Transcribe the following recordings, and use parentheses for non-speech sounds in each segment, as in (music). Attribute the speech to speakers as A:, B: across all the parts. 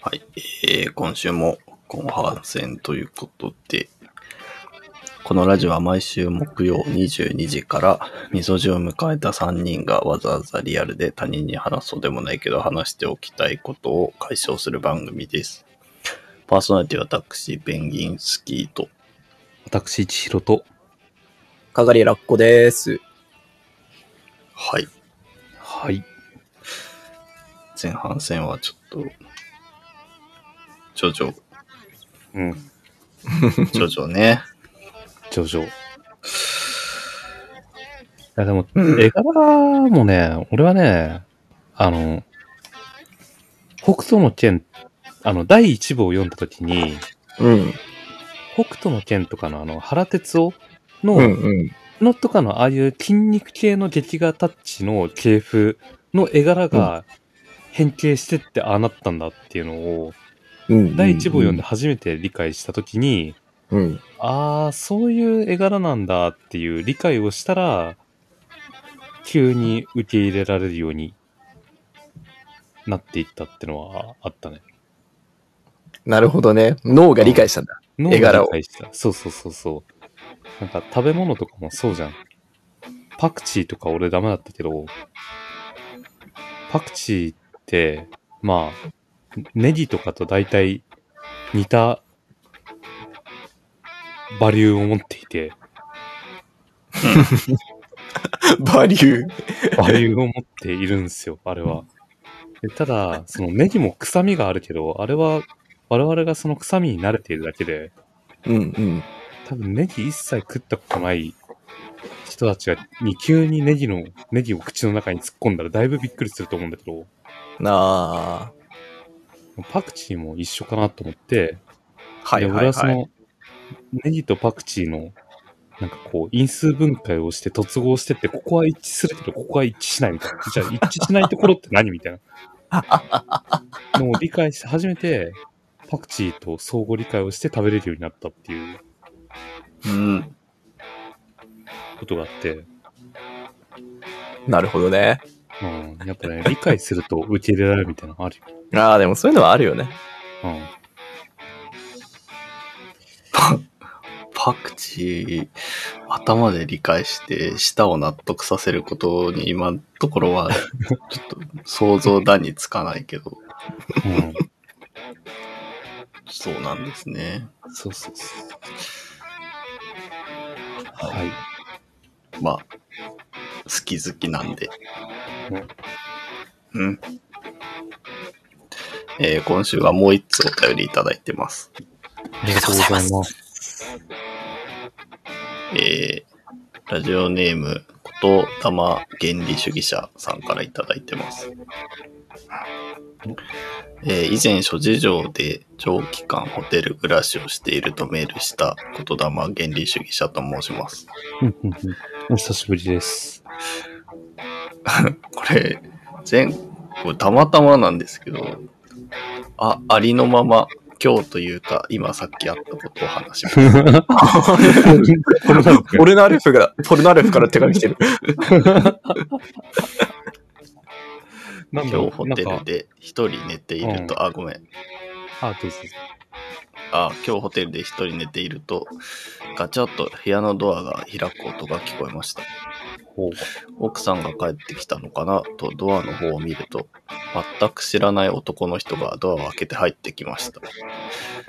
A: はい、えー今週も後半戦ということで、このラジオは毎週木曜22時から、みそじを迎えた3人がわざわざリアルで他人に話そうでもないけど話しておきたいことを解消する番組です。パーソナリティは私、ペンギンスキーと、
B: 私、千尋と。
C: かがりラッコです。
A: はい、
B: はい。
A: 前半戦はちょっと、徐々、
B: うん。
A: 徐々ね。
B: ジョジョ。いや、でも、
A: うん
B: 絵柄もね、俺はね、あの、北斗の剣、あの、第一部を読んだ時に、
C: うん。
B: 北斗の剣とかのあの、原哲夫
C: う
B: の、
C: んうん。
B: のとかのああいう筋肉系の劇画タッチの系譜の絵柄が変形してってああなったんだっていうのを、
C: うん。
B: 第一部を読んで。初めて理解した時に、
C: うん。
B: ああ、そういう絵柄なんだっていう理解をしたら、急に受け入れられるようになっていったってのはあったね。
C: なるほどね。脳が理解したんだ。
B: 脳が
C: 絵柄を
B: 理解した。そうそうそうそう。なんか食べ物とかもそうじゃん。パクチーとか俺ダメだったけど、パクチーって、まあ、ネギとかと大体似たバリューを持っていて、
C: バリュー。
B: バリューを持っているんですよ、あれは。でただ、そのネギも臭みがあるけど、あれは我々がその臭みに慣れているだけで、
C: うん
B: 多分ネギ一切食ったことない人たちが、に急にネギの、ネギを口の中に突っ込んだらだいぶびっくりすると思うんだけど、
C: うん。あ
B: パクチーも一緒かなと思って、
C: あ。はい
B: で
C: は
B: 俺
C: い
B: はそ
C: はい。
B: の、ネギとパクチーの、なんかこう、因数分解をして突合してって、ここは一致するけど、ここは一致しないみたいな。じゃあ一致しないところって何みたい
C: (laughs)
B: な。もう理解して初めて、パクチーと相互理解をして食べれるようになったっていう
A: うん。
B: ことがあって、
C: なるほどね。
B: うん、やっぱね、理解すると受け入れられるみたいなのあるよ。
C: ああ、でもそういうのはあるよね。
B: うん。
A: パクチー、頭で理解して、舌を納得させることに今のところ
B: (laughs)
A: は、ちょっと想像だにつかないけど、
B: うん。
A: そうなんですね。
B: そうそうそう。はい。
A: まあ、好き好きなんで。うん。えー今週はもう一つお便りいただいてます。
B: ありがとうございます。
A: えーラジオネーム、ことたま原理主義者さんからいただいてます。えー以前、諸事情で長期間ホテル暮らしをしているとメールしたことたま原理主義者と申します。
B: うんうんうんお久しぶりです。
D: (laughs)
A: これ、前、これたまたまなんですけど、あ、ありのまま、今日というか、今さっきあったことを話します。
C: (laughs) ポルナルフ
B: (laughs)
C: が、ポルナルフから手紙来てる。
B: な
A: 今
B: んだろ
A: 日
B: う
A: ホ
B: なん
A: テル
B: か、
A: で一人寝ていると、あ、ごめん。
B: あ、どうぞ。
A: あ、今日ホテルで一人寝ていると、ガチャッと部屋のドアが開く音が聞こえました。
B: ほう。
A: 奥さんが帰ってきたのかなとドアの方を見ると、全く知らない男の人がドアを開けて入ってきま
B: (laughs)
A: した。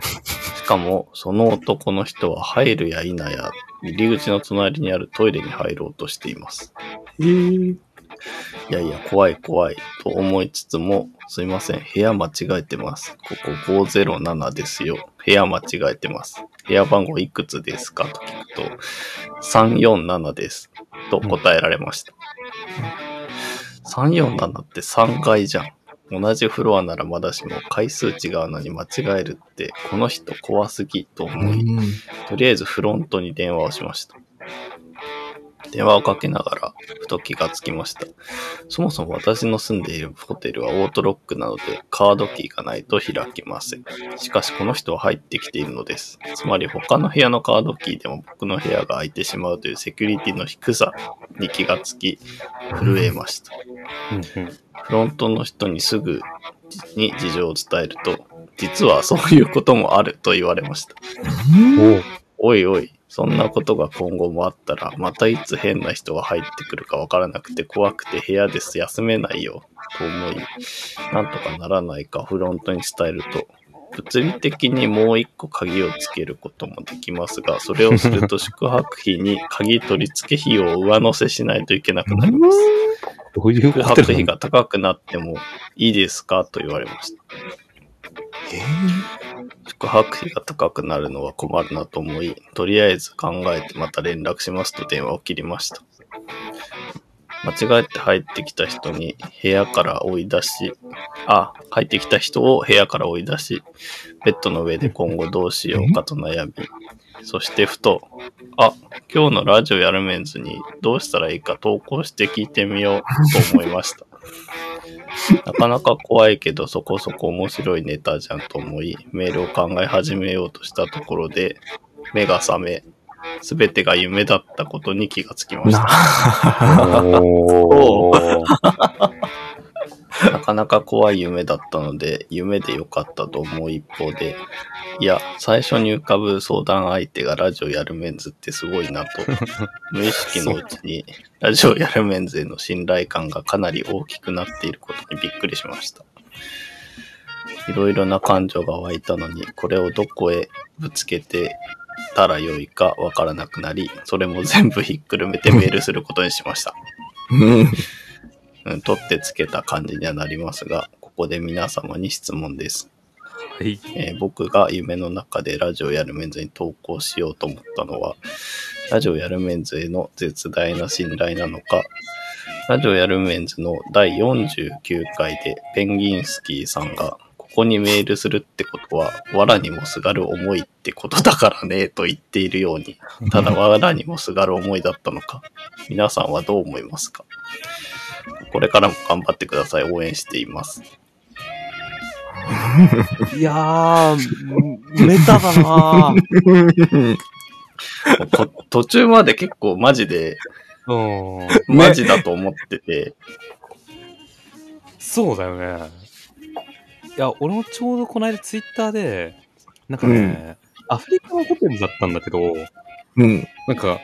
A: しかも、その男の人は入るや否や、入り口の隣にあるトイレに入ろうとしています。いやいや、怖い怖いと思いつつも、すいません、部屋間違えてます。ここ507ですよ。部屋間違えてます。部屋番号いくつですかと聞くと、347です。と答えられました。347って3階じゃん。同じフロアならまだしも回数違うのに間違えるって、この人怖すぎと思い、とりあえずフロントに電話をしました。電話をかけながら、ふと気がつきました。そもそも私の住んでいるホテルはオートロックなので、カードキーがないと開きません。しかし、この人は入ってきているのです。つまり、他の部屋のカードキーでも僕の部屋が開いてしまうというセキュリティの低さに気がつき、震えました。
B: うんうん。
A: フロントの人にすぐに事情を伝えると、実はそういうこともあると言われました。
B: おう
A: おいおい、そんなことが今後もあったら、またいつ変な人が入ってくるかわからなくて怖くて部屋です休めないよ、と思い、なんとかならないかフロントに伝えると、物理的にもう一個鍵をつけることもできますが、それをすると宿泊費に鍵取り付け費用を上乗せしないといけなくなります。
B: どういう
A: 宿
B: ホテ
A: 泊
B: ルな
A: 費
B: んだ
A: が高くなってもいいですかと言われました。
C: え
A: 宿泊費が高くなるのは困るなと思い、とりあえず考えてまた連絡しますと電話を切りました。間違えて入ってきた人に部屋から追い出し、あ、入ってきた人を部屋から追い出し、ベッドの上で今後どうしようかと悩み、そしてふと、あ、今日のラジオやるメンズにどうしたらいいか投稿して聞いてみようと思いました。なかなか怖いけどそこそこ面白いネタじゃんと思い、メールを考え始めようとしたところで、目が覚め、すべてが夢だったことに気がつきました。
D: (laughs)
B: おー
A: なかなか怖い夢だったので、夢でよかったと思う一方で、いや、最初に浮かぶ相談相手がラジオやるメンズってすごいなと、無意識のうちに、ラジオやるメンズへの信頼感がかなり大きくなっていることにびっくりしました。いろいろな感情が湧いたのに、これをどこへぶつけてたらよいかわからなくなり、それも全部ひっくるめてメールすることにしました。
C: うん。
A: うん取ってつけた感じにはなりますが、ここで皆様に質問です。
B: はい。
A: えー僕が夢の中でラジオやるメンズに投稿しようと思ったのは、ラジオやるメンズへの絶大な信頼なのか、ラジオやるメンズの第49回でペンギンスキーさんが、ここにメールするってことは、藁にもすがる思いってことだからね、と言っているように、ただ藁にもすがる思いだったのか、皆さんはどう思いますかこれからも頑張ってください。応援しています。
D: いやー、メタだなー
A: こ途中まで結構マジで、
B: うん。
A: マジだと思ってて、
B: そうだよね。いや、俺もちょうどこの間ツイッターで、なんかね、アフリカのホテルだったんだけど、
C: うん。
B: なんか、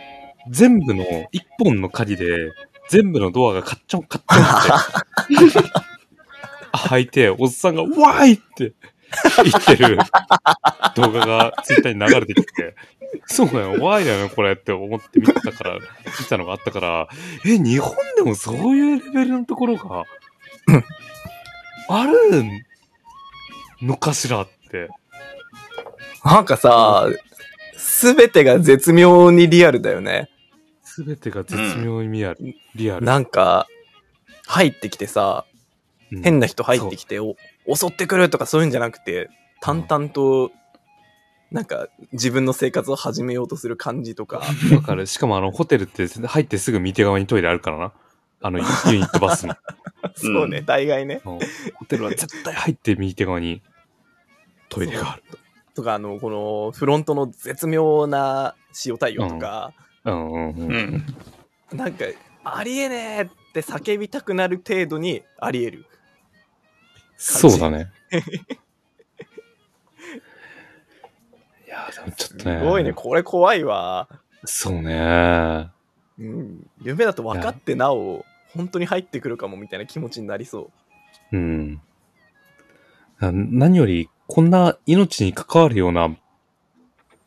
B: 全部の、一本の鍵で、全部のドアがカッチョンカッチョンって、開いて、おっさんが、わーいって言ってる動画がツイッターに流れてきて、そうだよ、わーいだよね、これって思って見てたから、見てたのがあったから、え、日本でもそういうレベルのところが
C: うん、
B: あるのかしらって。
C: なんかさ、すべてが絶妙にリアルだよね。
B: すべてが絶妙にリアル。リアル。
C: なんか、入ってきてさ、
B: うん
C: 変な人入ってきて、お襲ってくるとかそういうんじゃなくて、淡々と、なんか、自分の生活を始めようとする感じとか。
B: わかる。しかもあの、ホテルって入ってすぐ右手側にトイレあるからな。 (laughs) あの、ユニットバスの。
C: そうね、大概ね。
B: うんホテルは絶対入って右手側にトイレがある。
C: とか、あの、この、フロントの絶妙な塩対応とか、
B: うんうん
A: う
B: うん。
A: ん。
C: なんか、ありえねえって叫びたくなる程度にありえる。
B: そうだね。いやー、でもちょっとね。
C: すごいね、これ怖いわ。
B: そうね。
C: うん、夢だと分かってなお、本当に入ってくるかもみたいな気持ちになりそう。
B: うん。な何より、こんな命に関わるような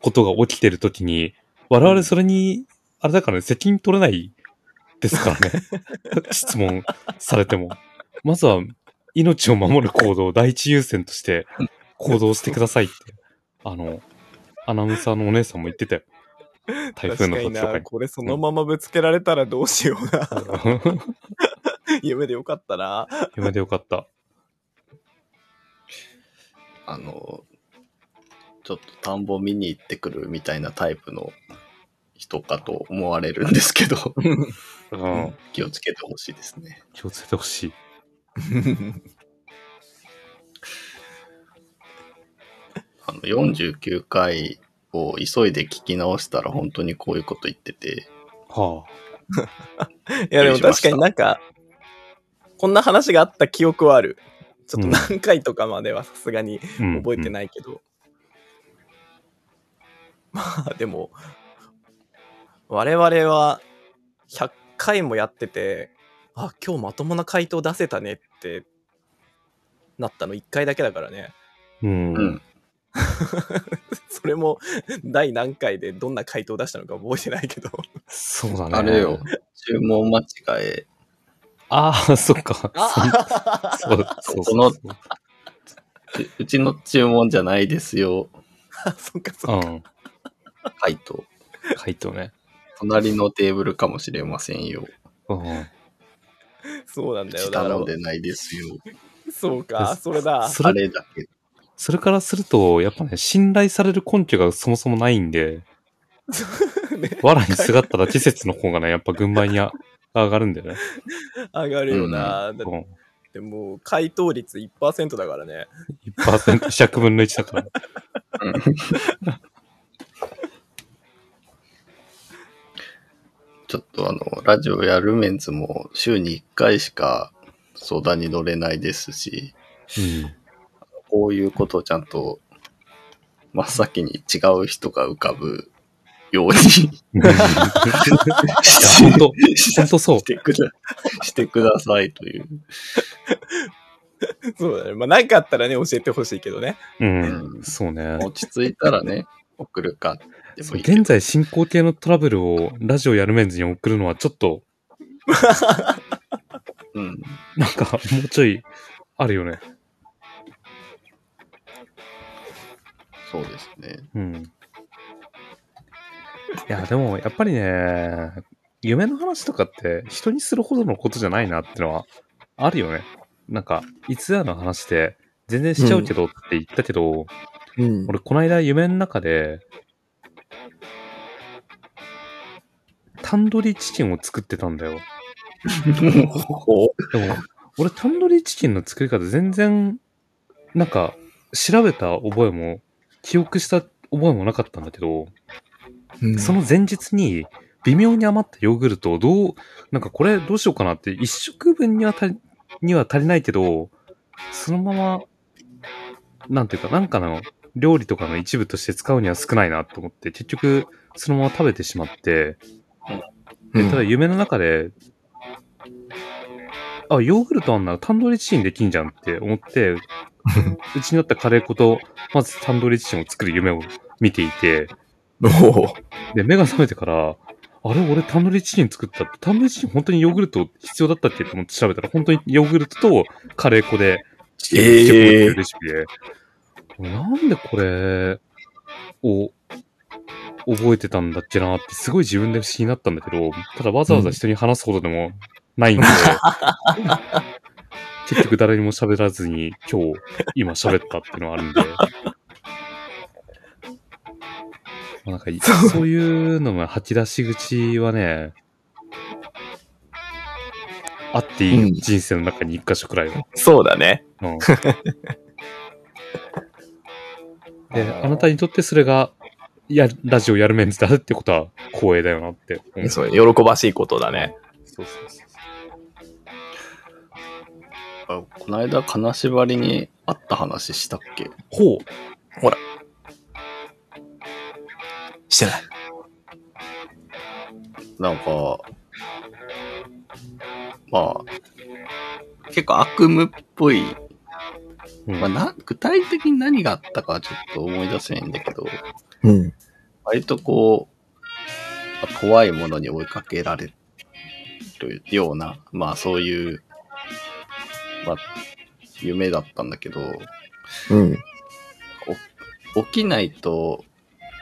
B: ことが起きてるときに、我々それに、あれだからね、責任取れないですから
C: (laughs)
B: ね。質問されても。まずは、命を守る行動を第一優先として行動してくださいって、あの、アナウンサーのお姉さんも言ってたよ。台風の時と
C: 確
B: か
C: にな
B: に。
C: これそのままぶつけられたらどうしような。 (laughs)
B: (laughs)
C: 夢でよかった (laughs) な。
B: 夢でよかった。
A: あの、ちょっと田んぼ見に行ってくるみたいなタイプの人かと思われるんですけど、
B: うん。
A: 気をつけてほしいですね。
B: 気をつけてほしい。
A: あの、49回を急いで聞き直したら本当にこういうこと言ってて、
B: はあ。
C: いやでも確かになんか、こんな話があった記憶はある。ちょっと何回とかまではさすがに
B: うん
C: 覚えて
B: い。
C: ないけど、 (laughs) まあでも我々は100回もやっててあ今日まともな回答出せたねってなったの1回だけだからね (laughs)
B: うん。
A: う
B: うん
A: ん。
C: それも第何回でどんな回答出したのか覚えてないけど (laughs)
B: そうだね。
A: あれよ。、注文間違え。
B: ああ、そっか。そうそうそう
A: このううちの注文じゃないですよ。
C: そっかそっか
B: うん。
A: 回答。
B: 回答ね。
A: 隣のテーブルかもしれませんよ。
B: うん。
C: そうなん
A: う
C: だよ
A: ち
C: だから
A: 頼んでないですよ。
C: そうかそれだ
B: そ
A: あ
B: れ、
A: れだけ。
B: それからすると、やっぱね、信頼される根拠がそもそもないんで、
C: ね
B: 藁にすがっただけ説の方がね、やっぱ群馬にあ上がるんだよね。
C: 上がるよな、だ
B: うん。
C: ってもう回答率1%だからね
B: 1%、100分の1だから。
A: ちょっとあの、ラジオやるメンツも週に1回しか相談に乗れないですし、
B: うん。
A: こういうことをちゃんと真っ先に違う人が浮かぶように
B: いや、ほんと、ほんとそう
A: し。てくだ、 (laughs) してくださいという。
C: そうだね。まあ、なかったらね、教えてほしいけどね。
B: うん。そうね。
A: 落ち着いたらね、送るかでもいいけど
B: 現在進行形のトラブルをラジオやるメンズに送るのはちょっと、
A: うん。
B: なんか、もうちょい、あるよね。
A: そうですね。
B: うん。いや、でも、やっぱりね、夢の話とかって人にするほどのことじゃないなってのは、あるよね。なんか、いつやの話で、全然しちゃうけどって言ったけど、
A: (laughs)
C: うん
B: 俺、この間夢の中で、タンドリーチキンを作ってたんだよ。
A: (laughs) こう
B: でも、俺、タンドリーチキンの作り方全然、なんか、調べた覚えも、記憶した覚えもなかったんだけど、その前日に、微妙に余ったヨーグルトをどう、なんかこれどうしようかなって、一食分には足り、には足りないけど、そのまま、なんていうか、なんかの料理とかの一部として使うには少ないなと思って、結局、そのまま食べてしまって、
C: うん
B: ただ夢の中で、あ、ヨーグルトあんならタンドリーチキンできんじゃんって
C: (laughs)
B: 思って、うちにあったカレー粉と、まずタンドリーチキンを作る夢を見ていて、
C: おー
B: で、目が覚めてから、あれ俺タンドリーチキン作ったって、タンドリーチキン本当にヨーグルト必要だったっけと思って調べたら、本当にヨーグルトとカレー粉でチキンを漬け込むっていうレシピで、俺なんでこれを覚えてたんだっけなって、すごい自分で不思議になったんだけど、ただわざわざ人に話すほどでもないん (laughs) で、結局誰にも喋らずに今日、今喋ったっていうのはあるんで。なんかい、 (laughs) そういうのの吐き出し口はね、あっていいよ、
A: うん
B: 人生の中に一箇所くらいは。
C: そうだね。
B: (laughs) うん、で、あなたにとってそれが、や、ラジオやるメンズだってことは光栄だよなって思う。
C: そう喜ばしいことだね。
B: そうそうそう
A: あこの間、金縛りにあった話したっけ
B: ほう。
C: してない。
A: なんか、まあ、結構悪夢っぽい、
B: うん
A: まあ、な具体的に何があったかはちょっと思い出せないんだけど、
C: うん。
A: 割とこう、まあ怖いものに追いかけられるような、まあそういう、まあ、夢だったんだけど、
C: うん。
A: 起きないと、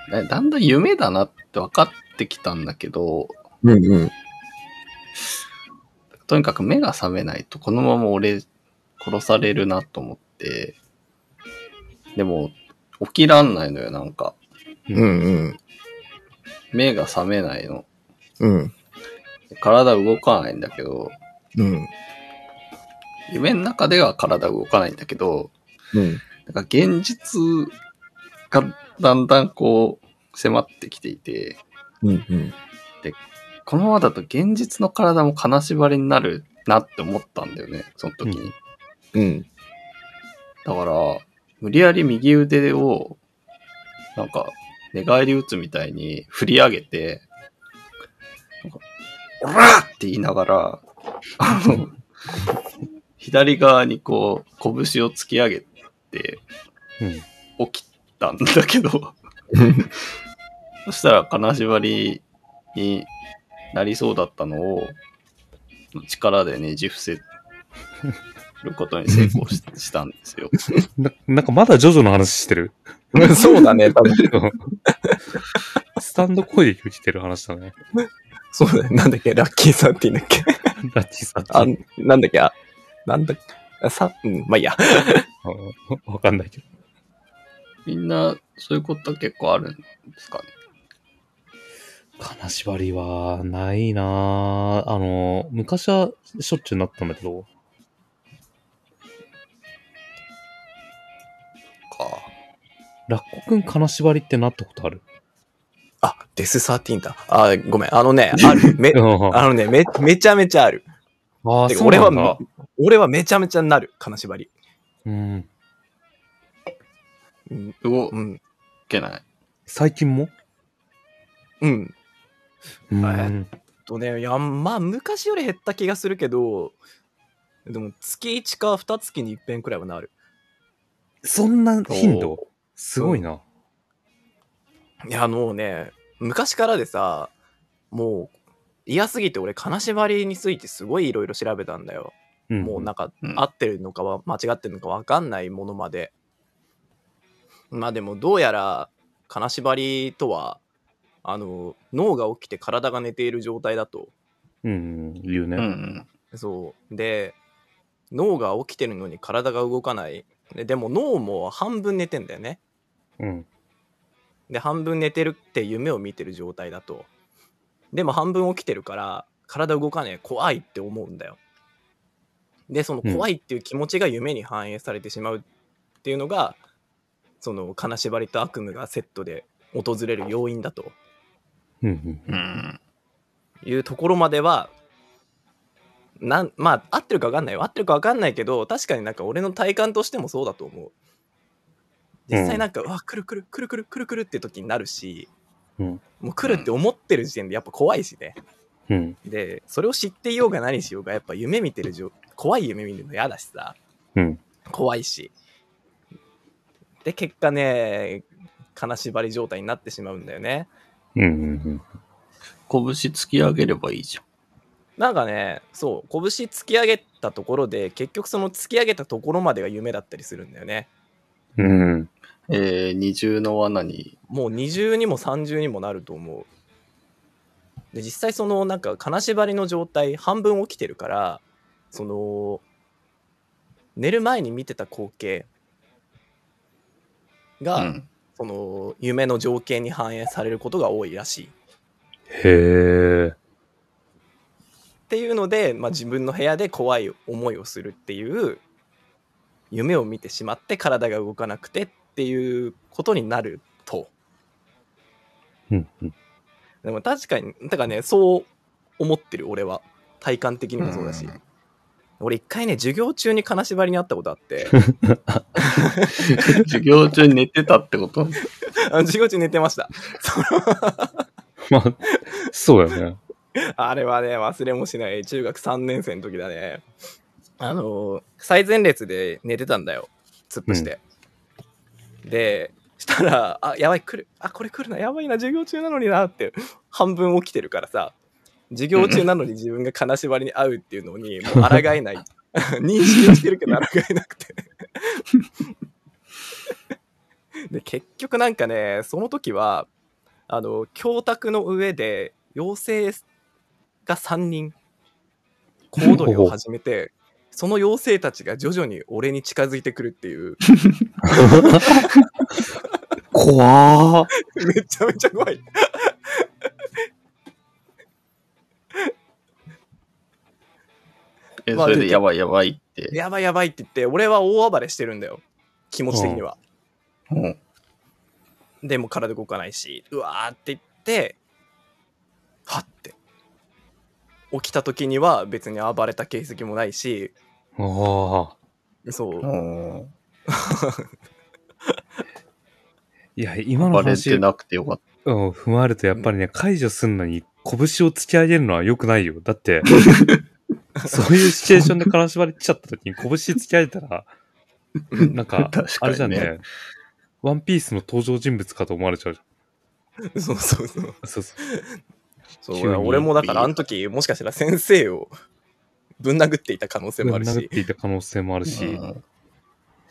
A: なだんだん夢だなって分かってきたんだけど、
C: うんうん。
A: とにかく目が覚めないとこのまま俺殺されるなと思って、でも起きらんないのよ、なんか。
C: うんうん。
A: 目が覚めないの。
C: うん。
A: 体動かないんだけど、
C: うん。
A: 夢の中では体動かないんだけど、
C: うん。
A: なんか現実がだんだんこう迫ってきていて、
C: うんうん。
A: このままだと現実の体も金縛りになるなって思ったんだよね、その時に。
C: うん。
A: だから、無理やり右腕を、なんか、寝返り打つみたいに振り上げて、なんかオラーって言いながら、あの、左側にこう、拳を突き上げて、
B: うん。
A: 起きたんだけど、そしたら金縛りになりそうだったのを、力でねじ伏せ (laughs) ることに成功ししたんですよ。
B: ななんかまだジョジョの話してる。 (laughs)
E: (laughs) そうだね、多分。
B: スタンド攻撃を来てる話だね。 (laughs)
E: そうだね。なんだっけ、ラッキーさんって言うんだっけ。
B: ラッキーさん。
E: あ、なんだっけ、あ、なんだっけ、あさ、うん、まあいいや。
B: うんわかんないけど。
A: みんな、そういうこと結構あるんですかね。
B: 金縛りは、ないなぁあの、昔はしょっちゅうなったんだけど、
A: か。
B: ラッコくん金縛りってなったことある、
E: あ、デス13だ。あ、ごめん。あのね、あ (laughs) る。め
B: あ
E: あのね、め、めちゃめちゃある。
B: あ
E: て
B: ー、
E: か
B: そうなんだ。
E: 俺は俺はめちゃめちゃなる、金縛り。
B: うん。
E: うん、
A: 動
E: うん、
A: けない。
B: 最近も
E: うん。
B: うん。
E: とね、いや、まあ、昔より減った気がするけど、でも、月1か2月に1遍くらいはなる。
B: そんな頻度すごいな。
E: いや、もうね、昔からでさ、もう、嫌すぎて俺、金縛りについてすごいいろいろ調べたんだよ。もうなんか、
A: うん
E: 合ってるのかは間違ってるのか分かんないものまで。まあでも、どうやら、金縛りとは、あの、脳が起きて体が寝ている状態だと。
B: うん、言う
A: うんう
B: ね。
A: ん。
E: そう。で、脳が起きてるのに体が動かない。ででも、脳も半分寝てんだよね。
B: うん。
E: で半分寝てるって夢を見てる状態だとでも半分起きてるから体動かねえ怖いって思うんだよでその
B: うん
E: 怖いっていう気持ちが夢に反映されてしまうっていうのが、その金縛りと悪夢がセットで訪れる要因だと
B: うんうん。
A: うん。
E: いうところまではなんまあ合ってるか分かんないよ合ってるか分かんないけど確かになんか俺の体感としてもそうだと思う実際なんか、うわくるくるくるくるくるくるって時になるし、
B: うん
E: もう来るって思ってる時点でやっぱ怖いしね
B: うん。
E: でそれを知っていようが何しようがやっぱ夢見てる状怖い夢見るの嫌だしさ
B: うん。
E: 怖いしで結果ね金縛り状態になってしまうんだよね
B: うん。うん。
A: 拳突き上げればいいじゃん。
E: なんかねそう拳突き上げたところで結局その突き上げたところまでが夢だったりするんだよね
B: うん。
A: えー、二重の罠に、
E: もう二重にも三重にもなると思うで実際そのなんか金縛りの状態半分起きてるからその寝る前に見てた光景
A: う
E: が、
A: ん。
E: その夢の情景に反映されることが多いらしいっ
B: へえ。
E: ていうので、まあ、自分の部屋で怖い思いをするっていう夢を見てしまって体が動かなくてっていうことになると
B: うん。うん
E: でも確かに、だからね、そう思ってる、俺は。体感的にもそうだし。
A: ん
E: 俺一回ね、授業中に金縛りにあったことあって、
A: 授業中に寝てたってこと
E: あの授業中寝てました。
B: まあ、そうだよね。
E: (laughs) あれはね、忘れもしない、中学3年生の時だね。あのー、最前列で寝てたんだよ。突っ伏して。で、したら、あ、やばい、来る。あ、これ来るな、やばいな、授業中なのになって、半分起きてるからさ、授業中なのに自分が金縛りに会うっていうのに、もう抗えない。 (laughs) 認識してるけど抗えなくて。で、結局なんかね、その時は、あの、教卓の上で、妖精が3人、小踊りを始めて、その妖精たちが徐々に俺に近づいてくるっていう、
D: 怖ー。
E: めちゃめちゃ怖い。
A: え、
E: まあ
A: それでやばいやばいって。
E: やばいやばいって言って、俺は大暴れしてるんだよ。気持ち的には。
A: うん。
E: でも体動かないし、うわーって言って、はって。起きた時には別に暴れた形跡もないし、
B: ああ。
E: そう。
A: うん
B: いや、今の
A: バレて
B: 話、
A: なくてよかっ
B: うん、踏まえるとやっぱりね、解除すんのに拳を突き上げるのは良くないよ。だって、そういうシチュエーションでからしばれちゃった時に拳突き上げたら、なん
A: た。
B: か、
A: (laughs) 確
B: あ
A: か
B: れじゃ
A: に
B: ん
A: ね。
B: ね、ワンピースの登場人物かと思われちゃうじ
E: (laughs) そうそうそう。
B: ゃん。そうそう。
E: そう
B: 急に
E: 俺もだから、あの時、もしかしたら先生をぶん殴っていた可能性もある
B: 殴っ
E: し、
B: ていた可能性もあるし、
A: うん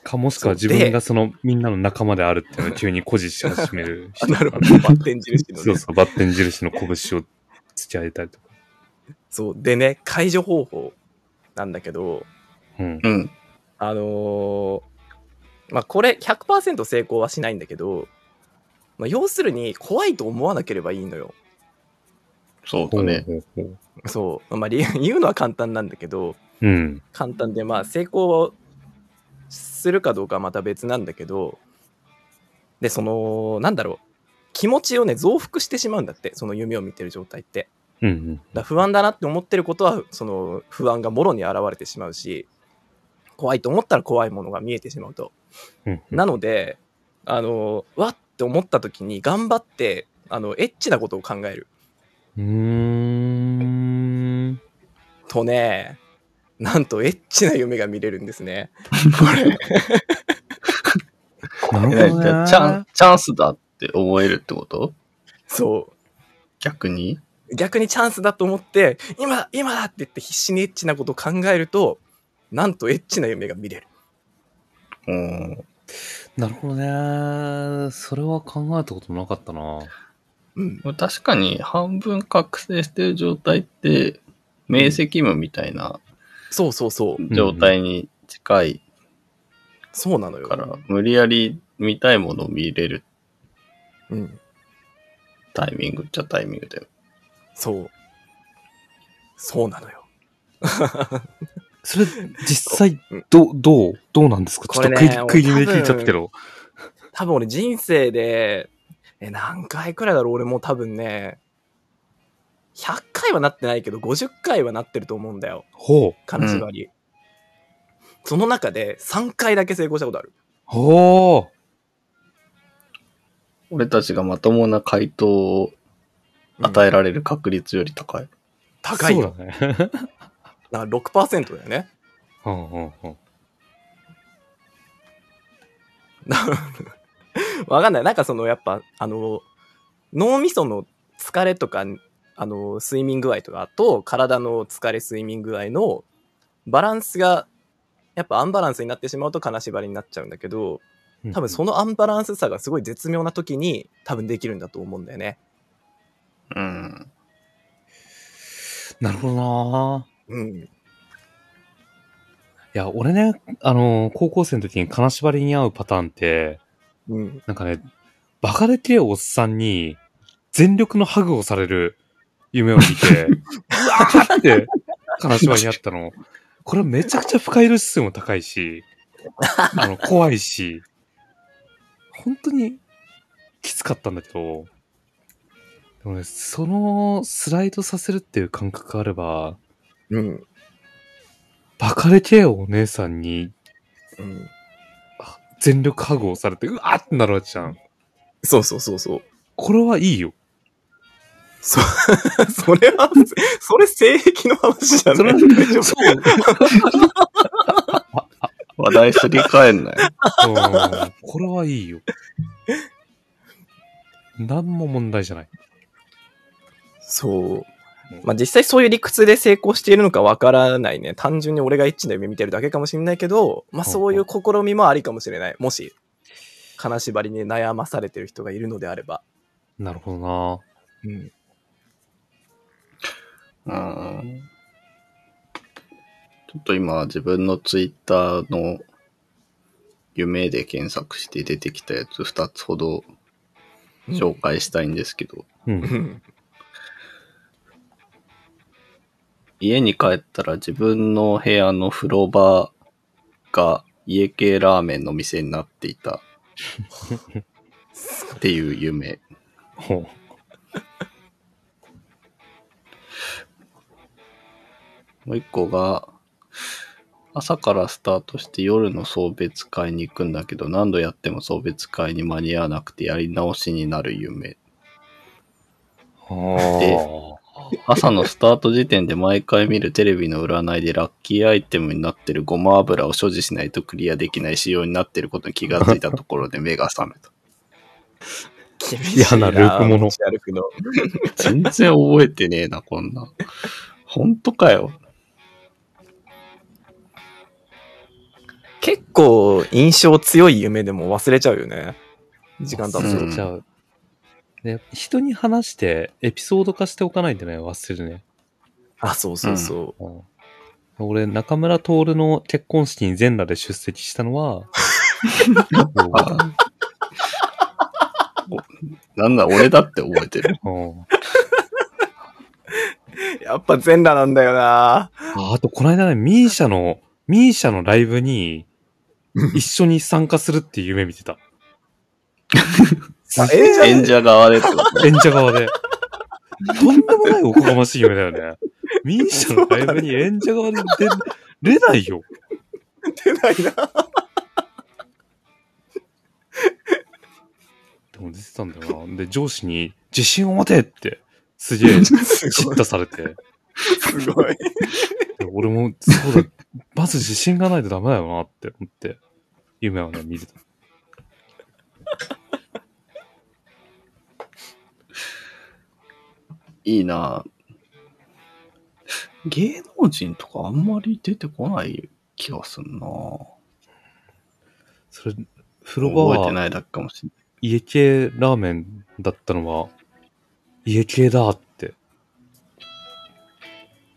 B: か、もしくは自
E: そう
B: 分
E: で
B: がそのみんなの仲間であるっていうのを急に誇示し始める人
E: (laughs) なるほど、バッテン印の
B: そう
E: ね。
B: そう、バッテン印の拳を突き上げたりとか。
E: そう。でね、解除方法なんだけど、
B: うん。
A: うん。
E: あのーまあ、これ100%成功はしないんだけど、まあ、要するに怖いと思わなければいいのよ。
A: そうだね。
B: ほうほうほ
E: そう。まあ、理由言うのは簡単なんだけど、
B: う。うん。
E: 簡単で、まあ、成功をするかどうかはまた別なんだけど、で、その、なんだろう。気持ちをね、増幅してしまうんだって、その夢を見てる状態って。
B: うんうん。
E: だから不安だなって思ってることはその不安がもろに現れてしまうし怖いと思ったら怖いものが見えてしまうと。
B: うんうん
E: なのであのわって思った時に頑張ってあのエッチなことを考える
B: うーん。
E: とねなんとエッチな夢が見れるんですね。これ
B: な
A: (laughs) え
B: るほど
A: じゃあ
B: ね。
A: チャンチャンスだって思えるってこと
E: そ
A: 逆に
E: う逆にチャンスだと思って今だ今だって言って必死にエッチなことを考えるとなんとエッチな夢が見れる。
A: うん。
B: なるほどね。それは考えたことなかったな。
E: うん、
A: 確かに半分覚醒してる状態って、明晰夢みたいな
E: そうそうそう
A: 状態に近い
E: そうなのよ。
A: から、無理やり見たいものを見れる
E: うん
A: タイミングっちゃタイミングだよ。
E: そう。そうなのよ。
B: それ、実際、ど、どう、どうなんですかちょっと
E: こ
B: 食
E: れ
B: い、
E: ね
B: 食い気味で聞いちゃったけど。
E: 多分俺人生で、え、何回くらいだろう俺もう多分ね、100回はなってないけど、50回はなってると思うんだよ。
B: ほう。
E: 金縛り。その中で3回だけ成功したことある。
B: ほう。
A: 俺たちがまともな回答を与えられる確率より高い。
E: 高い
B: そ
E: よ。
B: うだね。
E: だから6%だよね。
B: (laughs) うんうんうん。
E: わかんない。なんかそのやっぱ、あの、脳みその疲れとか、あの、睡眠具合とかと、体の疲れ睡眠具合のバランスが、やっぱアンバランスになってしまうと金縛りになっちゃうんだけど、多分そのアンバランスさがすごい絶妙な時に多分できるんだと思うんだよね。
A: うん。
B: なるほどな。
E: うん。
B: いや、俺ね、あのー高校生の時に金縛りに合うパターンって、
E: うん。
B: なんかね、バカでけえおっさんに全力のハグをされる夢を見て、うわーって金縛りにあったの。これめちゃくちゃ不快度指数も高いし、あの、怖いし、本当にきつかったんだけど、でもね、そのスライドさせるっていう感覚があれば、
E: うん。
B: バカでけえお姉さんに
E: うん。
B: 全力ハグをされて、うわーってなるわけじゃん。
E: そうそうそうそう。
B: これはいいよ。
E: そ、 (laughs) それは、それ性癖の話じゃない
B: そう。
A: 話題すり替えんなよ。
B: うんこれはいいよ。何も問題じゃない。
E: そう。まあ、実際そういう理屈で成功しているのかわからないね。単純に俺がエッチな夢見てるだけかもしれないけど、まあ、そういう試みもありかもしれない。もし、金縛りに悩まされてる人がいるのであれば。
B: なるほどな。
E: うん。
A: うん。ちょっと今自分のツイッターの夢で検索して出てきたやつ2つほど紹介したいんですけど、
B: うん。
A: 家に帰ったら自分の部屋の風呂場が家系ラーメンの店になっていたっていう夢。
B: ほう
A: もう一個が、朝からスタートして夜の送別会に行くんだけど、何度やっても送別会に間に合わなくてやり直しになる夢。
B: は
A: 朝のスタート時点で毎回見るテレビの占いでラッキーアイテムになってるごま油を所持しないとクリアできない仕様になってることに気がついたところで目が覚めた。
E: 厳しい
B: 嫌なループもの
E: 持ち歩くの。
A: 全然覚えてねえな、こんなん。本当かよ。
E: 結構印象強い夢でも忘れちゃうよね。時間経
B: あ。
E: つ
A: う
E: と。
A: ん
B: じゃあ、ね、人に話してエピソード化しておかないとね、忘れるね。
E: あ、そうそうそう。
B: うん俺、中村徹の結婚式に全裸で出席した
A: (laughs)
B: のは、
A: なんだ、俺だって覚えてる。
B: うん
E: やっぱ全裸なんだよな。
B: ああと、この間ね、ミーシャの、ミーシャのライブに、一緒に参加するっていう夢見てた。
E: あええじゃん
A: 演者側でってこと
B: (laughs) 演者側で。とんでもないおこがましい夢だよね。ミーシャのライブに演者側で出、出ないよ。(laughs)
E: 出ないな。
B: でも出てたんだよな。で、上司に、自信を持てって、すげえ、
E: (laughs) す
B: 叱
E: ごい、
B: 咤されて。
E: (laughs) すごい。
B: で俺も、そうだ、まず自信がないとダメだよなって思って、夢をね、見てた。
A: いいなぁ芸能人とかあんまり出てこない気がすんなぁ
B: それ、風呂場
A: 覚えてな
B: はい
A: だけかもしれない。
B: 家系ラーメンだったのは、家系だって。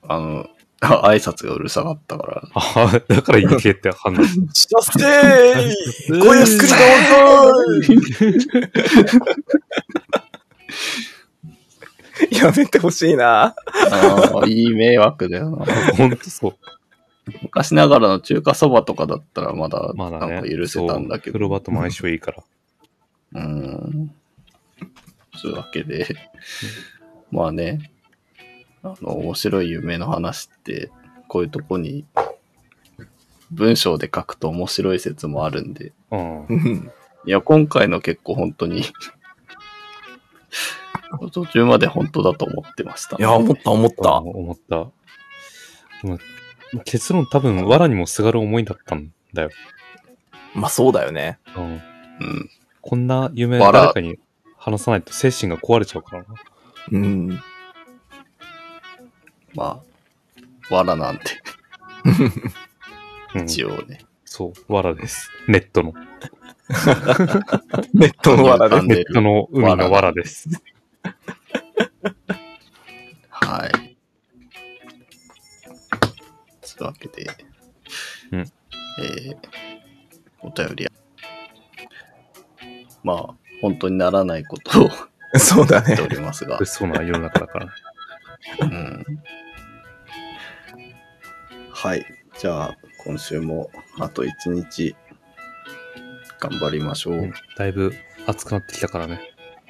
A: あの、あ挨拶がうるさかったから。
B: ああ、だから家系って判
A: (laughs)
B: 断し
E: しゃせーいごゆっくりどうぞーやめてほしいな。
A: ああ、いい迷惑だよな。
B: た。ほんとそう。
A: 昔ながらの中華そばとかだったらまだ、
B: ま
A: な
B: だね
A: んか。許せたんだけど。
B: そう風呂場とも相性いいから。
A: うん。そういうわけで、 (laughs) まあね、あの、面白い夢の話って、こういうとこに、文章で書くと面白い説もあるんで、
B: うん。
E: うん
A: いや、今回の結構本当に、途中まで本当だと思ってました、
E: いや、思った思っ
B: うん
E: た。
B: 思った。ま結論多分、藁にもすがる思いだったんだよ。
E: まあそうだよね。
B: うん。
A: うん。
B: こんな夢、
A: 藁
B: 誰かに話さないと精神が壊れちゃうからな。
E: うん。
A: まあ、わらなんて、
B: うん
A: 一応ね。
B: そう、わらです。ネットの。
E: ネットの罠で。
A: なんで
B: ネットの海のわらです。
A: はい。つうわけで、
B: うん
A: えーお便り、まあ、本当にならないことを
E: そうだ
A: 言ってお。
E: ね
A: りますが、
B: 物騒な世の中だから。
A: うん。はい。じゃあ、今週もあと一日、頑張りましょう。
B: うんだいぶ暑くなってきたからね。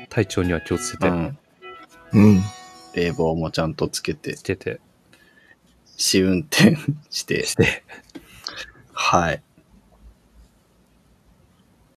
B: 体調には気をつけ
A: う
B: て、
A: ん。
E: うん。
A: 冷房もちゃんとつけて
B: つ、けて、
A: 試運転して、
B: して。
A: はい。